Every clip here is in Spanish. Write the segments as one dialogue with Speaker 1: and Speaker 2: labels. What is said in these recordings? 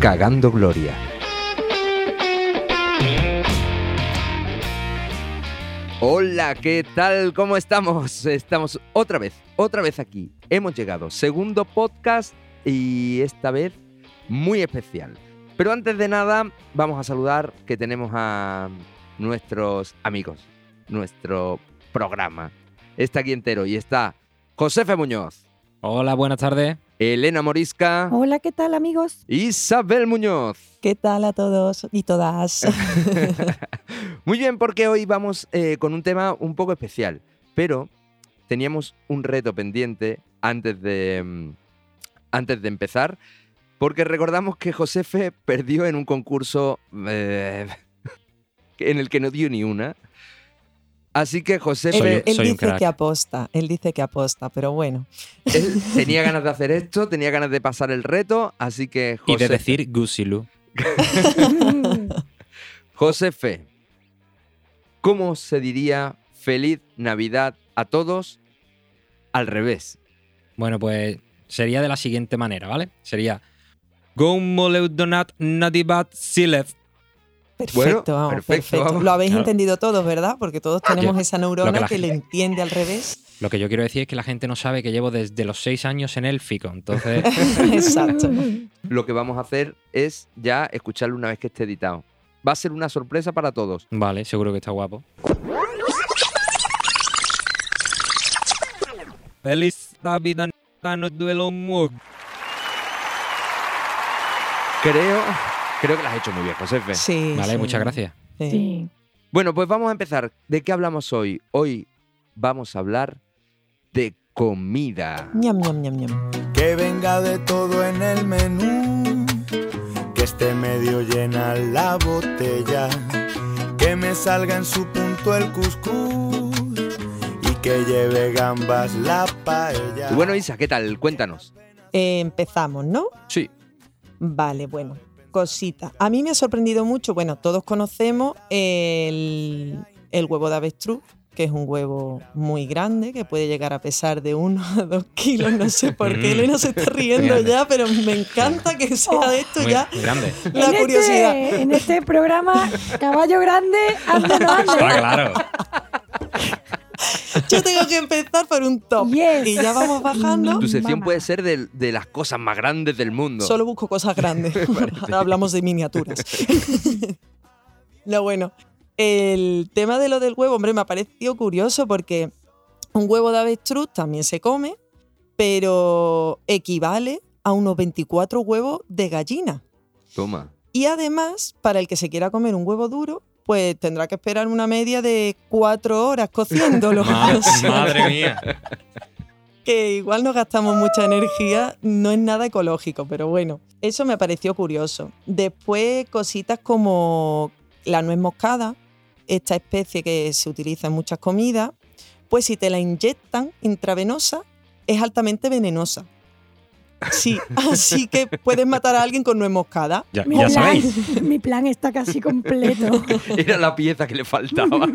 Speaker 1: Cagando Gloria. Hola, ¿qué tal? ¿Cómo estamos? Estamos otra vez, otra vez aquí. Hemos llegado. Segundo podcast y esta vez muy especial. Pero antes de nada, vamos a saludar que tenemos a nuestros amigos, nuestro programa. Está aquí entero y está Josefe Muñoz,
Speaker 2: Hola, buenas tardes.
Speaker 1: Elena Morisca,
Speaker 3: Hola, ¿qué tal amigos?
Speaker 1: Isabel Muñoz.
Speaker 3: ¿Qué tal a todos y todas?
Speaker 1: Muy bien, porque hoy vamos eh, con un tema un poco especial, pero teníamos un reto pendiente antes de, mm, antes de empezar, porque recordamos que Josefe perdió en un concurso eh, en el que no dio ni una. Así que
Speaker 3: él
Speaker 1: Josefe
Speaker 2: Soy-
Speaker 3: él
Speaker 2: soy un
Speaker 3: dice
Speaker 2: crack.
Speaker 3: que aposta, él dice que aposta, pero bueno,
Speaker 1: él tenía ganas de hacer esto, tenía ganas de pasar el reto, así que
Speaker 2: Y de
Speaker 1: Josefe-
Speaker 2: decir Gusilu.
Speaker 1: Josefe, ¿cómo se diría feliz Navidad a todos al revés?
Speaker 2: Bueno, pues sería de la siguiente manera, ¿vale? Sería Gomoleudonat Nadibat Silef.
Speaker 3: perfecto, vamos,
Speaker 1: perfecto,
Speaker 3: perfecto.
Speaker 1: vamos.
Speaker 3: Lo habéis
Speaker 2: Claro.
Speaker 3: entendido todos, ¿verdad? Porque todos tenemos
Speaker 2: Yo-
Speaker 3: esa
Speaker 2: lo que
Speaker 3: neurona
Speaker 2: la
Speaker 3: que le
Speaker 2: gente-
Speaker 3: entiende al revés.
Speaker 2: Lo que yo quiero decir es que la gente no sabe que llevo desde los seis años en Élfico. Entonces,
Speaker 3: Exacto.
Speaker 1: Lo que vamos a hacer es ya escucharlo una vez que esté editado. Va a ser una sorpresa para todos.
Speaker 2: vale, seguro que está guapo. Feliz Navidad, no duelo mug.
Speaker 1: Creo, creo que lo has hecho muy bien, Josefe.
Speaker 3: Sí.
Speaker 2: Vale,
Speaker 3: sí,
Speaker 2: muchas gracias.
Speaker 3: sí.
Speaker 4: Sí.
Speaker 1: Bueno, pues vamos a empezar. ¿De qué hablamos hoy? Hoy vamos a hablar de comida.
Speaker 3: Ñam, ñam, ñam, ñam.
Speaker 5: Que venga de todo en el menú. Que esté medio llena la botella. Que me salga en su punto el cuscús. Y que lleve gambas la paella.
Speaker 1: Y bueno, Isa, ¿qué tal? Cuéntanos.
Speaker 3: Eh, empezamos, ¿no?
Speaker 1: Sí.
Speaker 3: Vale, bueno, cosita. A mí me ha sorprendido mucho, bueno, todos conocemos el, el huevo de avestruz, que es un huevo muy grande, que puede llegar a pesar de uno a dos kilos, no sé por qué,
Speaker 2: Mm.
Speaker 3: Elena se está riendo
Speaker 2: Grande.
Speaker 3: ya, pero me encanta que sea de esto
Speaker 2: Muy,
Speaker 3: ya
Speaker 2: muy grande.
Speaker 3: la curiosidad.
Speaker 4: Este, en este programa, caballo grande, ande no ande.
Speaker 2: Está claro.
Speaker 3: Yo tengo que empezar por un top.
Speaker 4: Yes.
Speaker 3: Y ya vamos bajando.
Speaker 1: Tu sección
Speaker 4: Mamá.
Speaker 1: puede ser de, de las cosas más grandes del mundo.
Speaker 3: Solo busco cosas grandes. Ahora hablamos de miniaturas. no, bueno. El tema de lo del huevo, hombre, me ha parecido curioso porque un huevo de avestruz también se come, pero equivale a unos 24 huevos de gallina.
Speaker 1: Toma.
Speaker 3: Y además, para el que se quiera comer un huevo duro, pues tendrá que esperar una media de cuatro horas cociéndolo.
Speaker 2: Ma-
Speaker 3: O sea,
Speaker 2: madre mía.
Speaker 3: que igual nos gastamos mucha energía, no es nada ecológico, pero bueno, eso me pareció curioso. Después cositas como la nuez moscada, esta especie que se utiliza en muchas comidas, pues si te la inyectan intravenosa, es altamente venenosa. Sí, así que puedes matar a alguien con nuez moscada.
Speaker 2: Ya,
Speaker 4: Mi,
Speaker 2: ya
Speaker 4: plan,
Speaker 2: sabéis.
Speaker 4: mi plan está casi completo.
Speaker 1: Era la pieza que le faltaba.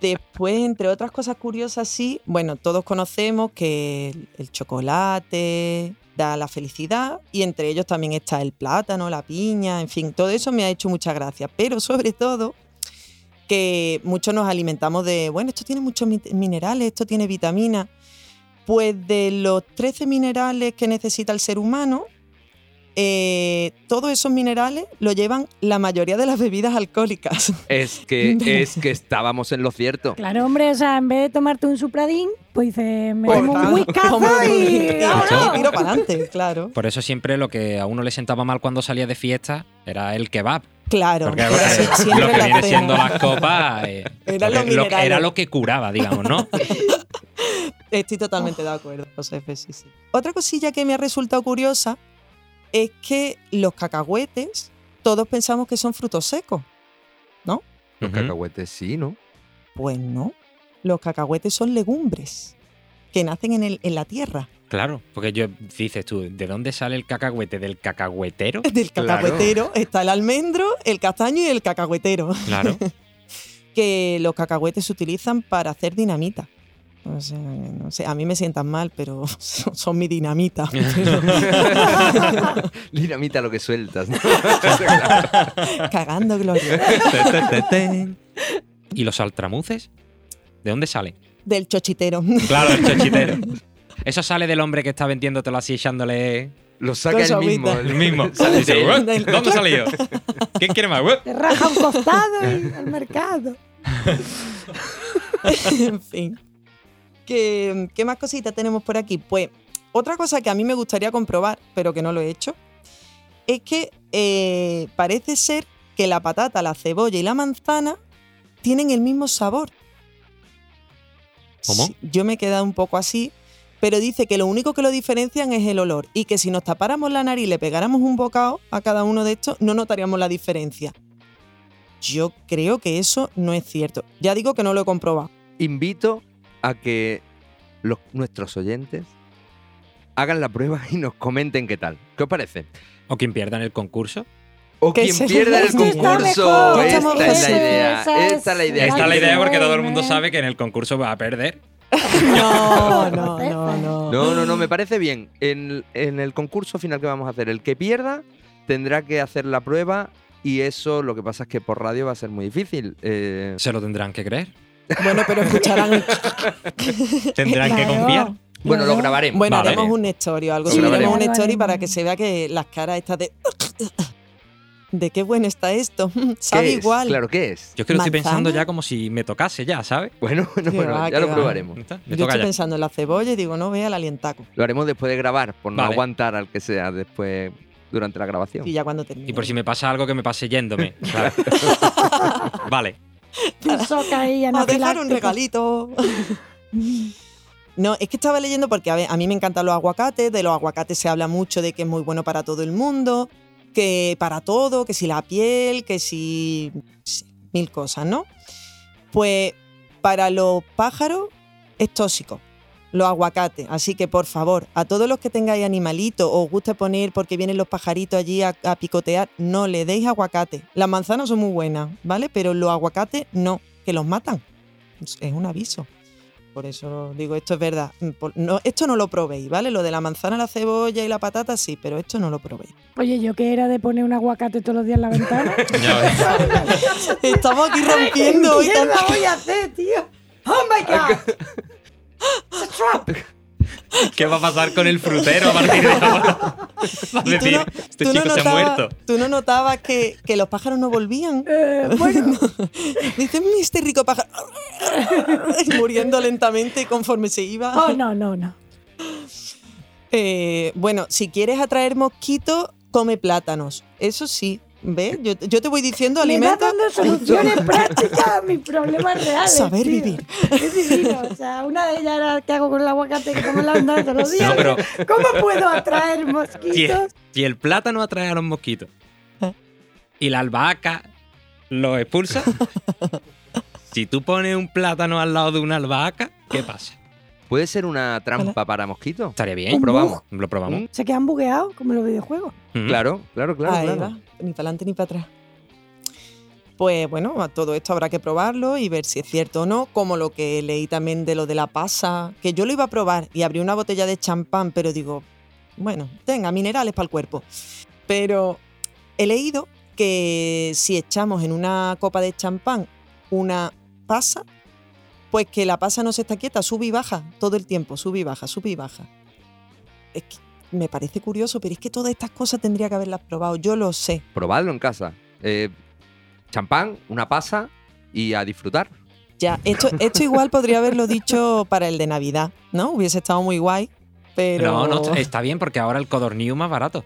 Speaker 3: Después, entre otras cosas curiosas, sí, bueno, todos conocemos que el, el chocolate da la felicidad y entre ellos también está el plátano, la piña, en fin, todo eso me ha hecho mucha gracia, pero sobre todo que muchos nos alimentamos de, bueno, esto tiene muchos mi- minerales, esto tiene vitaminas, pues de los 13 minerales que necesita el ser humano, eh, todos esos minerales lo llevan la mayoría de las bebidas alcohólicas.
Speaker 1: es que es que estábamos en lo cierto.
Speaker 4: Claro, hombre, o sea, en vez de tomarte un supradín, pues dices, me tomo un
Speaker 3: Porfa,
Speaker 4: whiskazo
Speaker 3: como de-
Speaker 4: y
Speaker 3: Claro,
Speaker 4: vámonos.
Speaker 3: tiro para adelante, claro.
Speaker 2: Por eso siempre lo que a uno le sentaba mal cuando salía de fiesta era el kebab.
Speaker 3: Claro.
Speaker 2: Porque
Speaker 3: era
Speaker 2: eh,
Speaker 3: siempre
Speaker 2: lo que
Speaker 3: la
Speaker 2: viene
Speaker 3: cena.
Speaker 2: siendo las copas eh,
Speaker 3: Eran los
Speaker 2: lo que- lo-
Speaker 3: minerales.
Speaker 2: era lo que curaba, digamos, ¿no?
Speaker 3: Estoy totalmente de acuerdo, Josefe, sí, sí. Otra cosilla que me ha resultado curiosa es que los cacahuetes, todos pensamos que son frutos secos.
Speaker 1: Los
Speaker 2: Ujú.
Speaker 1: cacahuetes sí, ¿no?
Speaker 3: Pues no. Los cacahuetes son legumbres que nacen en, el- en la tierra.
Speaker 2: Claro, porque yo dices tú, ¿de dónde sale el cacahuete? ¿Del cacahuetero?
Speaker 3: Del
Speaker 1: Claro.
Speaker 3: cacahuetero está el almendro, el castaño y el cacahuetero.
Speaker 2: Claro.
Speaker 3: que los cacahuetes se utilizan para hacer dinamita. O sea, no sé, a mí me sientan mal, pero son, son mi dinamita.
Speaker 1: Dinamita lo que sueltas. ¿no?
Speaker 3: Cagando, Gloria.
Speaker 2: Te, te, te, te. ¿Y los altramuces? ¿De dónde salen?
Speaker 3: Del chochitero.
Speaker 2: Claro, el chochitero. Eso sale del hombre que está vendiéndotelo así echándole
Speaker 1: Lo saca
Speaker 3: Con su
Speaker 1: él mismo.
Speaker 3: agüita.
Speaker 2: el mismo.
Speaker 1: Sale
Speaker 2: Dice,
Speaker 1: de él.
Speaker 2: "Ué, ¿Dónde salió? ¿Quién quiere más? Ué".
Speaker 4: Te raja un costado y al mercado.
Speaker 3: en fin. ¿Qué, qué más cositas tenemos por aquí? Pues otra cosa que a mí me gustaría comprobar, pero que no lo he hecho, es que eh, parece ser que la patata, la cebolla y la manzana tienen el mismo sabor.
Speaker 2: ¿Cómo?
Speaker 3: Sí, yo me he quedado un poco así, pero dice que lo único que lo diferencian es el olor y que si nos tapáramos la nariz y le pegáramos un bocado a cada uno de estos, no notaríamos la diferencia. Yo creo que eso no es cierto. Ya digo que no lo he comprobado.
Speaker 1: Invito a que los- nuestros oyentes hagan la prueba y nos comenten qué tal. ¿Qué os parece?
Speaker 2: O quien pierda en el concurso.
Speaker 1: O
Speaker 3: Que
Speaker 1: quien
Speaker 3: se-
Speaker 1: pierda el
Speaker 3: Esto está
Speaker 1: concurso.
Speaker 3: mejor.
Speaker 1: Esta
Speaker 3: Estamos
Speaker 1: es la
Speaker 3: lejos.
Speaker 1: idea.
Speaker 4: Esas-
Speaker 1: Esta es la idea.
Speaker 4: Ay,
Speaker 2: Está la
Speaker 4: qué
Speaker 2: idea porque todo el
Speaker 4: buena.
Speaker 2: mundo sabe que en el concurso va a perder.
Speaker 3: No, no, no, no.
Speaker 1: No, no, no, me parece bien. En, en el concurso final que vamos a hacer, el que pierda tendrá que hacer la prueba y eso lo que pasa es que por radio va a ser muy difícil. Eh,
Speaker 2: Se lo tendrán que creer.
Speaker 3: Bueno, pero escucharán.
Speaker 2: Tendrán que
Speaker 4: Claro.
Speaker 2: confiar.
Speaker 1: bueno, lo grabaremos.
Speaker 3: Bueno,
Speaker 2: Vale.
Speaker 3: haremos un story o algo.
Speaker 1: Sí,
Speaker 3: subiremos
Speaker 1: haremos.
Speaker 3: un story para que
Speaker 4: Haremos.
Speaker 3: se vea que las caras estas de. De qué bueno está esto.
Speaker 1: ¿Qué
Speaker 3: Sabe
Speaker 1: es?
Speaker 3: igual.
Speaker 1: Claro, ¿qué es?
Speaker 2: Yo es que lo estoy
Speaker 3: Manzana.
Speaker 2: pensando ya como si me tocase ya, ¿sabes?
Speaker 1: Bueno, bueno,
Speaker 3: Qué
Speaker 1: bueno,
Speaker 3: va,
Speaker 1: ya
Speaker 3: qué
Speaker 1: lo
Speaker 3: va.
Speaker 1: probaremos.
Speaker 2: Ya está, Me
Speaker 3: Yo
Speaker 2: toca
Speaker 3: estoy
Speaker 2: ya.
Speaker 3: pensando en la cebolla y digo, no vea el alientaco.
Speaker 1: Lo haremos después de grabar, por no
Speaker 2: Vale.
Speaker 1: aguantar al que sea después durante la grabación.
Speaker 3: Y ya cuando termine.
Speaker 2: Y por si me pasa algo que me pase yéndome. ¿sabes? vale.
Speaker 4: Un soca ahí
Speaker 3: A dejar un
Speaker 4: anafiláctico.
Speaker 3: regalito. No, es que estaba leyendo porque a, ver, a mí me encantan los aguacates, de los aguacates se habla mucho de que es muy bueno para todo el mundo, que para todo, que si la piel, que si sí, mil cosas, ¿no? Pues para los pájaros es tóxico, los aguacates, así que por favor, a todos los que tengáis animalitos o os guste poner porque vienen los pajaritos allí a, a picotear, no le deis aguacate. Las manzanas son muy buenas, ¿vale? Pero los aguacates no, que los matan. Es es un aviso. Por eso digo, esto es verdad. Mm, por- No, esto no lo probéis, ¿vale? Lo de la manzana, la cebolla y la patata, sí, pero esto no lo probéis.
Speaker 4: Oye, yo que era de poner un aguacate todos los días en la ventana.
Speaker 2: Ya ves.
Speaker 3: Estamos aquí rompiendo hoy
Speaker 4: ¿Qué
Speaker 3: tanto-
Speaker 4: mierda voy a hacer, tío? ¡Oh, my God!
Speaker 2: ¿Qué va a pasar con el frutero a partir de ahora? Va a
Speaker 3: Y tú
Speaker 2: decir,
Speaker 3: no-
Speaker 2: este
Speaker 3: tú no
Speaker 2: chico se ha
Speaker 3: notabas-
Speaker 2: muerto.
Speaker 3: Tú no notabas que, que los pájaros no volvían.
Speaker 4: Eh, bueno,
Speaker 3: Dicen, "Mm, este rico pájaro. Y muriendo lentamente conforme se iba.
Speaker 4: oh, no, no, no.
Speaker 3: Eh, bueno, si quieres atraer mosquitos, come plátanos. Eso sí, ¿ves? Yo, yo te voy diciendo
Speaker 4: Me está
Speaker 3: alimenta.
Speaker 4: dando soluciones prácticas a mis problemas reales.
Speaker 3: Saber
Speaker 4: tío.
Speaker 3: vivir.
Speaker 4: Es divino. O sea, una de ellas era qué hago con el aguacate que como la ventana todos los días.
Speaker 2: No, pero
Speaker 4: ¿Cómo puedo atraer
Speaker 2: si,
Speaker 4: mosquitos?
Speaker 2: si el plátano atrae a los mosquitos
Speaker 3: ¿Eh?
Speaker 2: y la albahaca los expulsa, si tú pones un plátano al lado de una albahaca, ¿qué pasa?
Speaker 1: ¿Puede ser una trampa para mosquitos?
Speaker 2: Estaría bien.
Speaker 4: Un
Speaker 1: Probamos.
Speaker 2: Lo probamos.
Speaker 1: Mm,
Speaker 4: Se quedan bugueados como los videojuegos.
Speaker 2: Mm.
Speaker 1: Claro, claro, claro.
Speaker 3: Ahí
Speaker 1: claro.
Speaker 3: va, Ni para adelante ni para atrás. Pues bueno, a todo esto habrá que probarlo y ver si es cierto o no, como lo que leí también de lo de la pasa, que yo lo iba a probar y abrí una botella de champán, pero digo, bueno, tenga minerales para el cuerpo. Pero he leído que si echamos en una copa de champán una pasa, pues que la pasa no se está quieta, sube y baja todo el tiempo, sube y baja, sube y baja. Es que me parece curioso, pero es que todas estas cosas tendría que haberlas probado, yo lo sé.
Speaker 1: Probadlo en casa. Eh, champán, una pasa y a disfrutar.
Speaker 3: Ya, esto, esto igual podría haberlo dicho para el de Navidad, ¿no? Hubiese estado muy guay, pero...
Speaker 2: No, no, está bien porque ahora el codornillo es más barato.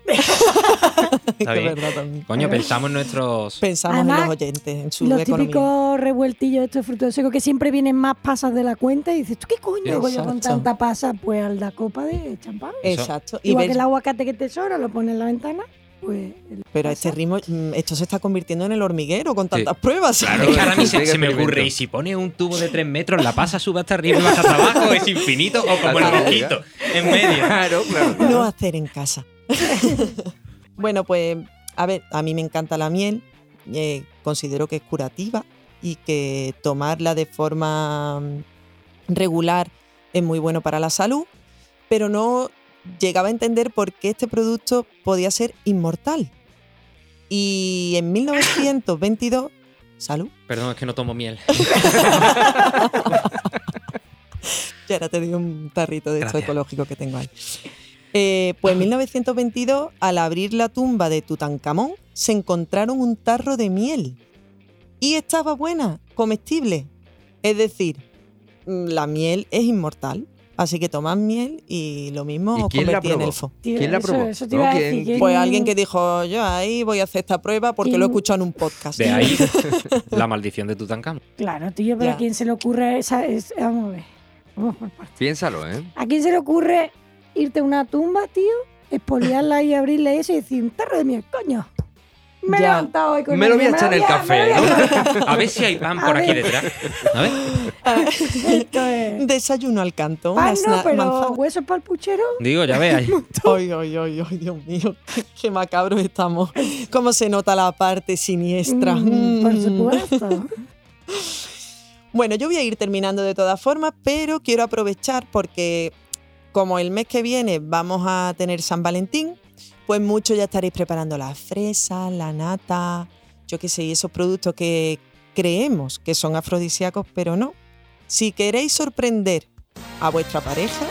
Speaker 3: Que
Speaker 2: bien.
Speaker 3: verdad también.
Speaker 2: Coño, pensamos en nuestros.
Speaker 3: Pensamos en
Speaker 4: Además,
Speaker 3: los oyentes, en su
Speaker 4: Los
Speaker 3: economía.
Speaker 4: típicos revueltillos estos de frutos secos que siempre vienen más pasas de la cuenta y dices, ¿tú qué coño hago yo con
Speaker 3: Exacto.
Speaker 4: tanta pasa? Pues al la copa de champán.
Speaker 3: Exacto. Y
Speaker 4: Igual
Speaker 3: ver-
Speaker 4: que el aguacate que tesoro lo pones en la ventana, pues
Speaker 3: pero a este
Speaker 4: Exacto.
Speaker 3: ritmo, mm, esto se está convirtiendo en el hormiguero con tantas pruebas.
Speaker 2: Claro, es que ahora a mí se,
Speaker 1: Mega
Speaker 2: se me ocurre,
Speaker 1: experimento.
Speaker 2: y si pone un tubo de 3 metros, la pasa sube hasta arriba y baja hasta abajo, es infinito, o como el
Speaker 1: Hasta
Speaker 2: mosquito, en medio.
Speaker 1: Claro, claro.
Speaker 3: no hacer en casa. bueno, pues a ver, a mí me encanta la miel, eh, considero que es curativa, y que tomarla de forma mm, regular es muy bueno para la salud, pero no llegaba a entender por qué este producto podía ser inmortal. Y en 1922, salud,
Speaker 2: Perdón, es que no tomo miel.
Speaker 3: Ya ahora te di un tarrito de esto
Speaker 2: Gracias.
Speaker 3: ecológico que tengo ahí. Eh, pues en 1922, al abrir la tumba de Tutankamón, se encontraron un tarro de miel. Y estaba buena, comestible. Es decir, mm, la miel es inmortal. Así que tomad miel y lo mismo
Speaker 1: ¿Y
Speaker 3: os
Speaker 1: quién la
Speaker 3: convertís en
Speaker 1: probó?
Speaker 3: elfo.
Speaker 4: Tío,
Speaker 1: ¿Quién la
Speaker 4: eso-
Speaker 1: probó?
Speaker 4: eso te
Speaker 1: ¿No?
Speaker 4: iba a
Speaker 1: ¿Quién-
Speaker 4: decir,
Speaker 3: Pues alguien que dijo, yo ahí voy a hacer esta prueba porque lo he
Speaker 4: ¿Quién?
Speaker 3: escuchado en un podcast.
Speaker 2: De ahí la maldición de Tutankamón.
Speaker 4: Claro, tío, pero
Speaker 3: Ya.
Speaker 4: ¿a quién se le ocurre esa, es- Vamos a ver. Vamos por partes.
Speaker 1: Piénsalo, ¿eh?
Speaker 4: ¿A quién se le ocurre irte a una tumba, tío, espoliarla y abrirle eso y decir, un tarro de miel, coño? Me he
Speaker 3: Ya.
Speaker 4: levantado hoy con
Speaker 1: Me
Speaker 4: el
Speaker 1: lo voy a
Speaker 4: día,
Speaker 1: echar en el
Speaker 4: me lo voy
Speaker 1: café,
Speaker 4: a- me lo voy a-
Speaker 2: A ver si hay pan por
Speaker 4: A
Speaker 2: aquí
Speaker 4: ver.
Speaker 2: detrás. A ver,
Speaker 4: Esto es...
Speaker 3: Desayuno al canto.
Speaker 4: Pan
Speaker 3: unas
Speaker 4: Ah, no,
Speaker 3: na-
Speaker 4: pero
Speaker 3: manzanas.
Speaker 4: huesos para el puchero.
Speaker 2: digo, ya veas.
Speaker 3: Ay, ay, ay, ay, Dios mío, qué macabros estamos. Cómo se nota la parte siniestra.
Speaker 4: Mm, por
Speaker 3: Mm.
Speaker 4: supuesto.
Speaker 3: Bueno, yo voy a ir terminando de todas formas, pero quiero aprovechar porque como el mes que viene vamos a tener San Valentín, pues muchos ya estaréis preparando las fresas, la nata, yo qué sé, y esos productos que creemos que son afrodisíacos, pero no. Si queréis sorprender a vuestra pareja,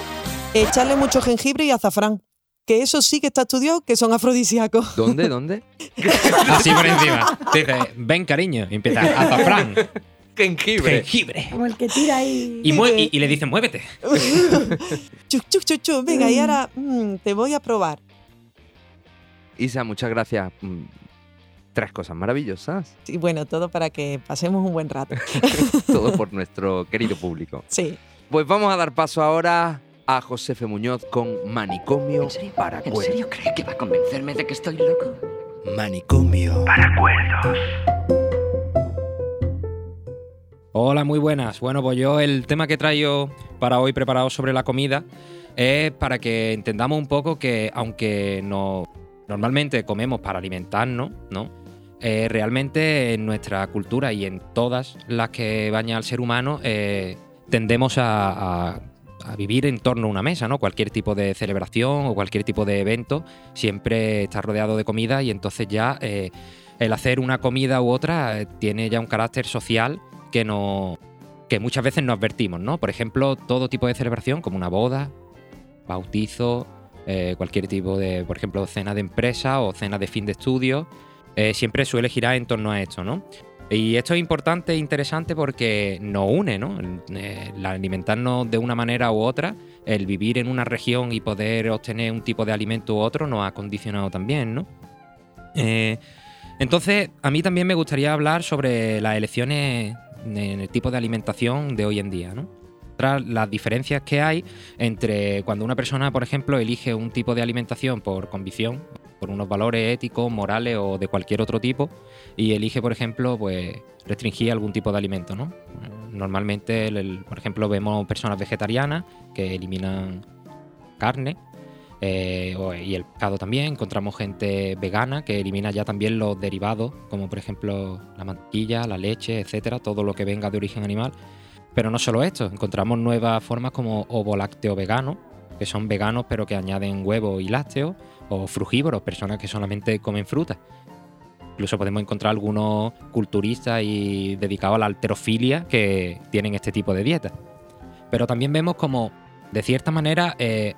Speaker 3: echarle mucho jengibre y azafrán, que eso sí que está estudiado, que son afrodisíacos.
Speaker 1: ¿Dónde? ¿Dónde?
Speaker 2: Así por encima. Dice, ven cariño, y empieza azafrán,
Speaker 1: Jengibre.
Speaker 2: jengibre.
Speaker 4: Como el que tira ahí.
Speaker 2: Y, mue- y- y le dicen, muévete.
Speaker 3: chuc, chuc, chuc, chuc, venga, y
Speaker 4: Mm.
Speaker 3: ahora mm, te voy a probar.
Speaker 1: Isa, muchas gracias. Mm, Tres cosas maravillosas.
Speaker 3: Y bueno, todo para que pasemos un buen rato.
Speaker 1: Todo por nuestro querido público.
Speaker 3: Sí.
Speaker 1: Pues vamos a dar paso ahora a Josefe Muñoz con Manicomio
Speaker 6: ¿En serio?
Speaker 1: para
Speaker 6: ¿En
Speaker 1: cuervos.
Speaker 6: serio cree que va a convencerme de que estoy loco?
Speaker 5: Manicomio.
Speaker 2: Hola, muy buenas. Bueno, pues yo el tema que traigo para hoy preparado sobre la comida es para que entendamos un poco que aunque no, normalmente comemos para alimentarnos, ¿no? Eh, realmente en nuestra cultura y en todas las que baña al ser humano eh, tendemos a, a- a vivir en torno a una mesa, ¿no? Cualquier tipo de celebración o cualquier tipo de evento siempre está rodeado de comida y entonces ya eh, el hacer una comida u otra eh, tiene ya un carácter social que no que muchas veces no advertimos, ¿no? Por ejemplo, todo tipo de celebración, como una boda, bautizo, eh, cualquier tipo de, por ejemplo, cena de empresa o cena de fin de estudio, eh, siempre suele girar en torno a esto, ¿no? Y esto es importante e interesante porque nos une, ¿no? Eh, El alimentarnos de una manera u otra, el vivir en una región y poder obtener un tipo de alimento u otro nos ha condicionado también, ¿no? Eh, entonces, a mí también me gustaría hablar sobre las elecciones en el tipo de alimentación de hoy en día, ¿no? Tras las diferencias que hay entre cuando una persona, por ejemplo, elige un tipo de alimentación por convicción, por unos valores éticos, morales o de cualquier otro tipo, y elige, por ejemplo, pues restringir algún tipo de alimento, ¿no? Normalmente, el- el- por ejemplo, vemos personas vegetarianas que eliminan carne, eh, o- y el pescado también. Encontramos gente vegana que elimina ya también los derivados, como por ejemplo la mantequilla, la leche, etcétera, todo lo que venga de origen animal. Pero no solo esto, encontramos nuevas formas como ovolácteo vegano, que son veganos pero que añaden huevos y lácteos, o frugívoros, personas que solamente comen fruta. Incluso podemos encontrar algunos culturistas y dedicados a la alterofilia que tienen este tipo de dieta. Pero también vemos como, de cierta manera, eh,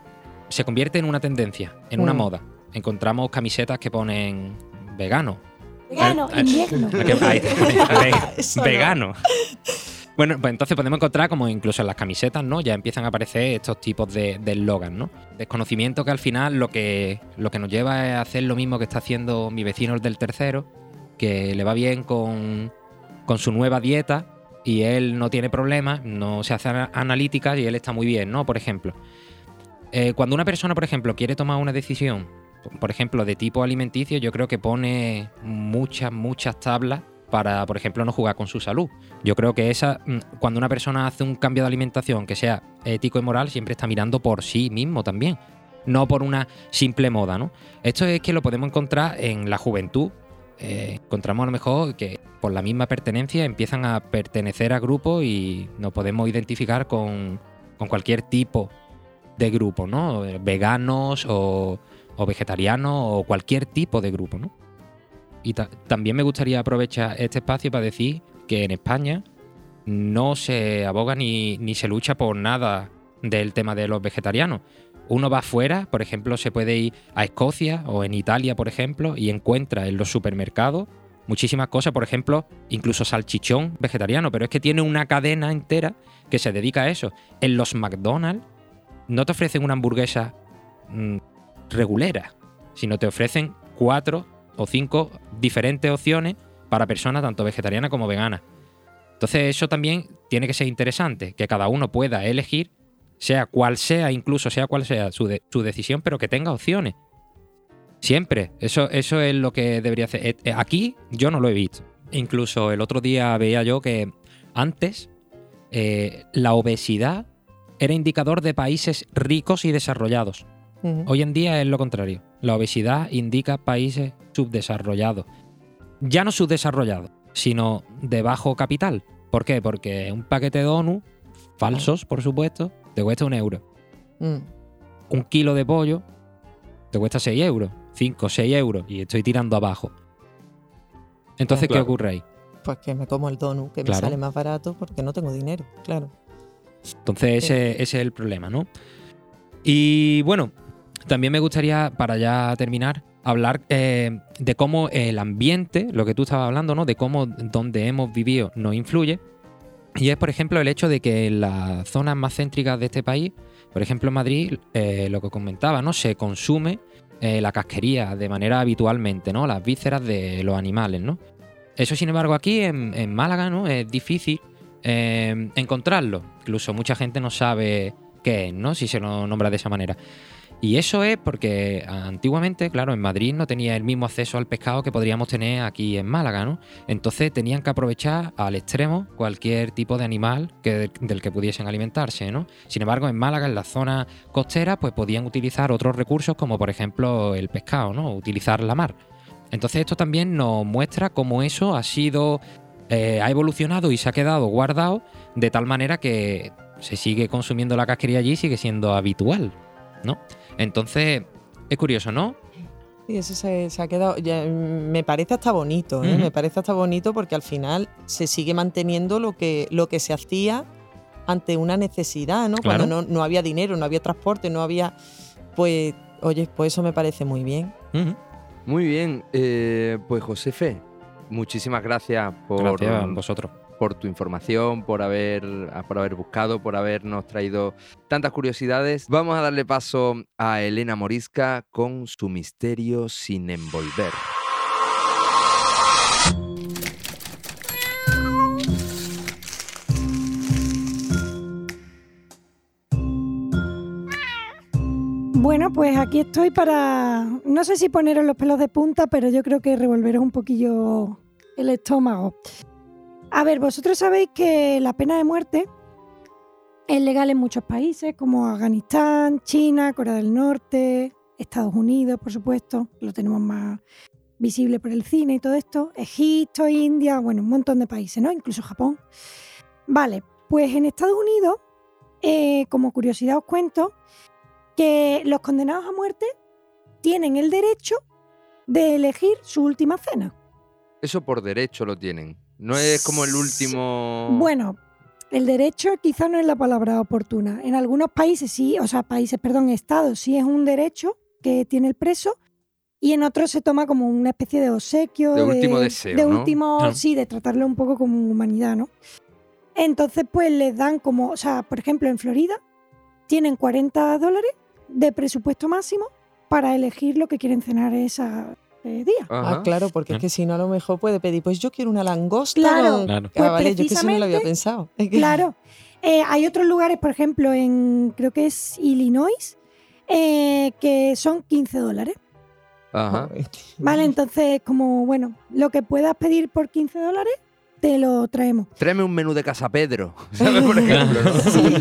Speaker 2: se convierte en una tendencia, en una
Speaker 3: Mm.
Speaker 2: moda. Encontramos camisetas que ponen vegano,
Speaker 4: Vegano,
Speaker 2: Eh, eh,
Speaker 4: invierno.
Speaker 2: que- ay,
Speaker 3: Eso
Speaker 2: ve-
Speaker 3: no.
Speaker 2: vegano. Bueno, pues entonces podemos encontrar como incluso en las camisetas, ¿no? Ya empiezan a aparecer estos tipos de de eslogan, ¿no? Desconocimiento que al final lo que, lo que nos lleva es a hacer lo mismo que está haciendo mi vecino el del tercero, que le va bien con, con su nueva dieta y él no tiene problemas, no se hace ana- analíticas y él está muy bien, ¿no? Por ejemplo. Eh, cuando una persona, por ejemplo, quiere tomar una decisión, por ejemplo, de tipo alimenticio, yo creo que pone muchas, muchas tablas para, por ejemplo, no jugar con su salud. Yo creo que esa, mm, cuando una persona hace un cambio de alimentación que sea ético y moral, siempre está mirando por sí mismo también, no por una simple moda, ¿no? Esto es que lo podemos encontrar en la juventud, eh, encontramos a lo mejor que por la misma pertenencia empiezan a pertenecer a grupos y nos podemos identificar con, con cualquier tipo de grupo, ¿no? Eh, Veganos o, o vegetarianos o cualquier tipo de grupo, ¿no? Y ta- también me gustaría aprovechar este espacio para decir que en España no se aboga ni, ni se lucha por nada del tema de los vegetarianos. Uno va afuera, por ejemplo, se puede ir a Escocia o en Italia, por ejemplo, y encuentra en los supermercados muchísimas cosas, por ejemplo, incluso salchichón vegetariano, pero es que tiene una cadena entera que se dedica a eso. En los McDonald's no te ofrecen una hamburguesa mm, regulera, sino te ofrecen cuatro o cinco diferentes opciones para personas tanto vegetarianas como veganas. Entonces eso también tiene que ser interesante, que cada uno pueda elegir, sea cual sea, incluso sea cual sea su, de- su decisión, pero que tenga opciones. Siempre. Eso, eso es lo que debería hacer. Et- eh, Aquí yo no lo he visto. Incluso el otro día veía yo que antes eh, la obesidad era indicador de países ricos y desarrollados.
Speaker 3: Ujú.
Speaker 2: Hoy en día es lo contrario. La obesidad indica países subdesarrollados. Ya no subdesarrollados, sino de bajo capital. ¿Por qué? Porque un paquete de ONU, falsos por supuesto, te cuesta un euro
Speaker 3: Mm.
Speaker 2: un kilo de pollo te cuesta 6 euros, 5, 6 euros, y estoy tirando abajo. Entonces, ¿qué
Speaker 3: Claro.
Speaker 2: ocurre ahí?
Speaker 3: Pues que me como el donut, que
Speaker 2: Claro.
Speaker 3: me sale más barato porque no tengo dinero, claro.
Speaker 2: Entonces, ese, ese es el problema, ¿no? Y bueno, también me gustaría, para ya terminar, hablar eh, de cómo el ambiente, lo que tú estabas hablando, ¿no? De cómo donde hemos vivido nos influye. Y es, por ejemplo, el hecho de que en las zonas más céntricas de este país, por ejemplo en Madrid, eh, lo que comentaba, ¿no? Se consume eh, la casquería de manera habitualmente, ¿no? Las vísceras de los animales, ¿no? Eso, sin embargo, aquí en, en Málaga, ¿no? Es difícil eh, encontrarlo. Incluso mucha gente no sabe qué es, ¿no? Si se lo nombra de esa manera. Y eso es porque antiguamente, claro, en Madrid no tenía el mismo acceso al pescado que podríamos tener aquí en Málaga, ¿no? Entonces tenían que aprovechar al extremo cualquier tipo de animal que- del que pudiesen alimentarse, ¿no? Sin embargo, en Málaga, en la zona costera, pues podían utilizar otros recursos como por ejemplo el pescado, ¿no? Utilizar la mar. Entonces esto también nos muestra cómo eso ha sido eh, ha evolucionado y se ha quedado guardado de tal manera que se sigue consumiendo la casquería allí, sigue siendo habitual, ¿no? Entonces, es curioso, ¿no?
Speaker 3: Y eso se, se ha quedado. ya, mm, me parece hasta bonito, ¿eh?
Speaker 2: Ujú.
Speaker 3: me parece hasta bonito porque al final se sigue manteniendo lo que, lo que se hacía ante una necesidad, ¿no?
Speaker 2: Claro.
Speaker 3: Cuando no, no había dinero, no había transporte, no había. Pues, oye, pues eso me parece muy bien.
Speaker 2: Ujú.
Speaker 1: Muy bien, eh, pues Josefe, muchísimas gracias por,
Speaker 2: Gracias a vosotros.
Speaker 1: por tu información, por haber, por haber buscado, por habernos traído tantas curiosidades. Vamos a darle paso a Elena Morisca con su misterio sin envolver.
Speaker 4: Bueno, pues aquí estoy para. No sé si poneros los pelos de punta, pero yo creo que revolveros un poquillo el estómago. A ver, vosotros sabéis que la pena de muerte es legal en muchos países, como Afganistán, China, Corea del Norte, Estados Unidos, por supuesto, lo tenemos más visible por el cine y todo esto, Egipto, India, bueno, un montón de países, ¿no? Incluso Japón. Vale, pues en Estados Unidos, eh, como curiosidad os cuento, que los condenados a muerte tienen el derecho de elegir su última cena.
Speaker 1: Eso por derecho lo tienen. No es como el
Speaker 4: Sí.
Speaker 1: último.
Speaker 4: Bueno, el derecho quizá no es la palabra oportuna. En algunos países sí, o sea, países, perdón, estados sí es un derecho que tiene el preso y en otros se toma como una especie de obsequio.
Speaker 1: De último deseo,
Speaker 4: De
Speaker 1: ¿no?
Speaker 4: último,
Speaker 2: Claro.
Speaker 4: sí, de tratarlo un poco como humanidad, ¿no? Entonces, pues les dan como, o sea, por ejemplo, en Florida tienen 40 dólares de presupuesto máximo para elegir lo que quieren cenar ese día.
Speaker 1: Ajá.
Speaker 3: Ah, claro, porque es
Speaker 2: Claro.
Speaker 3: que si no, a lo mejor puede pedir, pues yo quiero una langosta.
Speaker 4: Claro. Pues
Speaker 3: con-
Speaker 2: Claro.
Speaker 3: Ah, vale, yo es que eso no lo había
Speaker 4: precisamente,
Speaker 3: pensado.
Speaker 4: Claro. Eh, hay otros lugares, por ejemplo, en creo que es Illinois, eh, que son 15 dólares.
Speaker 1: Ajá.
Speaker 4: Vale, entonces, como bueno, lo que puedas pedir por 15 dólares, te lo traemos.
Speaker 1: Tráeme un menú de Casa Pedro, ¿sabes? Por ejemplo. ¿no?
Speaker 4: Sí.